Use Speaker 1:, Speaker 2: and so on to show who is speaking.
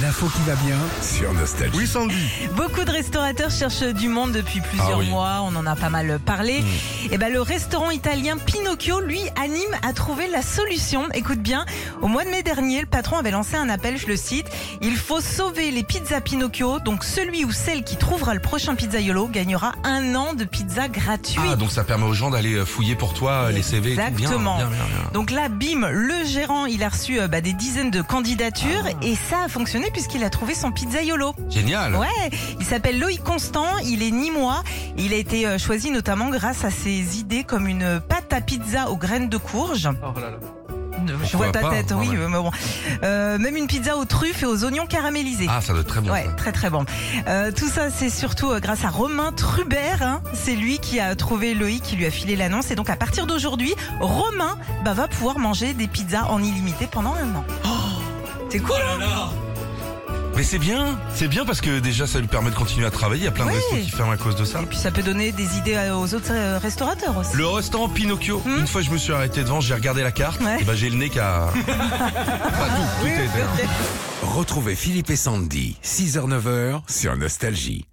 Speaker 1: l'info qui va bien.
Speaker 2: Sur Nostalgie.
Speaker 3: Oui, Sandy.
Speaker 4: Beaucoup de restaurateurs cherchent du monde depuis plusieurs
Speaker 3: Ah oui. Hmm.
Speaker 4: mois, on en a pas mal parlé. Et ben le restaurant italien Pinocchio, lui, anime à trouver la solution. Écoute bien, au mois de mai dernier, le patron avait lancé un appel, je le cite, il faut sauver les pizzas Pinocchio, donc celui ou celle qui trouvera le prochain pizzaiolo gagnera un an de pizza gratuite.
Speaker 3: Ah, donc ça permet aux gens d'aller fouiller pour toi euh, les CV. et tout. Bien,
Speaker 4: Exactement.
Speaker 3: Bien, bien, bien.
Speaker 4: Donc là, bim, le gérant, il a reçu euh, bah, des dizaines de candidatures
Speaker 3: Ah.
Speaker 4: et ça a fonctionné puisqu'il a trouvé son pizzaiolo.
Speaker 3: Génial.
Speaker 4: Ouais, il s'appelle Loïc Constant, il est nîmois. Il a été euh, choisi notamment grâce à ses idées comme une pâte à pizza aux graines de courge. Euh, Je
Speaker 3: Oh Pourquoi
Speaker 4: vois ta
Speaker 3: pas,
Speaker 4: tête,
Speaker 3: ouais,
Speaker 4: oui,
Speaker 3: ouais.
Speaker 4: euh, mais bon. Euh, même une pizza aux truffes et aux oignons caramélisés.
Speaker 3: Ah, ça doit être très bon.
Speaker 4: Ouais,
Speaker 3: ça.
Speaker 4: très très bon. Euh, tout ça, c'est surtout euh, grâce à Romain Trubert. hein. C'est lui qui a trouvé Loïc, qui lui a filé l'annonce. Et donc, à partir d'aujourd'hui, Romain bah, va pouvoir manger des pizzas en illimité pendant un an.
Speaker 3: Oh
Speaker 4: c'est cool, hein
Speaker 3: Mais c'est bien. C'est bien parce que déjà, ça lui permet de continuer à travailler. Il y a plein de
Speaker 4: Ouais.
Speaker 3: restos qui ferment à cause de ça.
Speaker 4: Puis ça peut donner des idées euh, aux autres euh, restaurateurs aussi.
Speaker 3: Le restaurant Pinocchio.
Speaker 4: Hmm.
Speaker 3: Une fois, je me suis arrêté devant, j'ai regardé la carte.
Speaker 4: Ouais. Ah,
Speaker 3: Et ben, j'ai le nez qu'à. Pas tout. Tout est.
Speaker 2: Retrouvez Philippe et Sandy, 6h-9h, sur Nostalgie.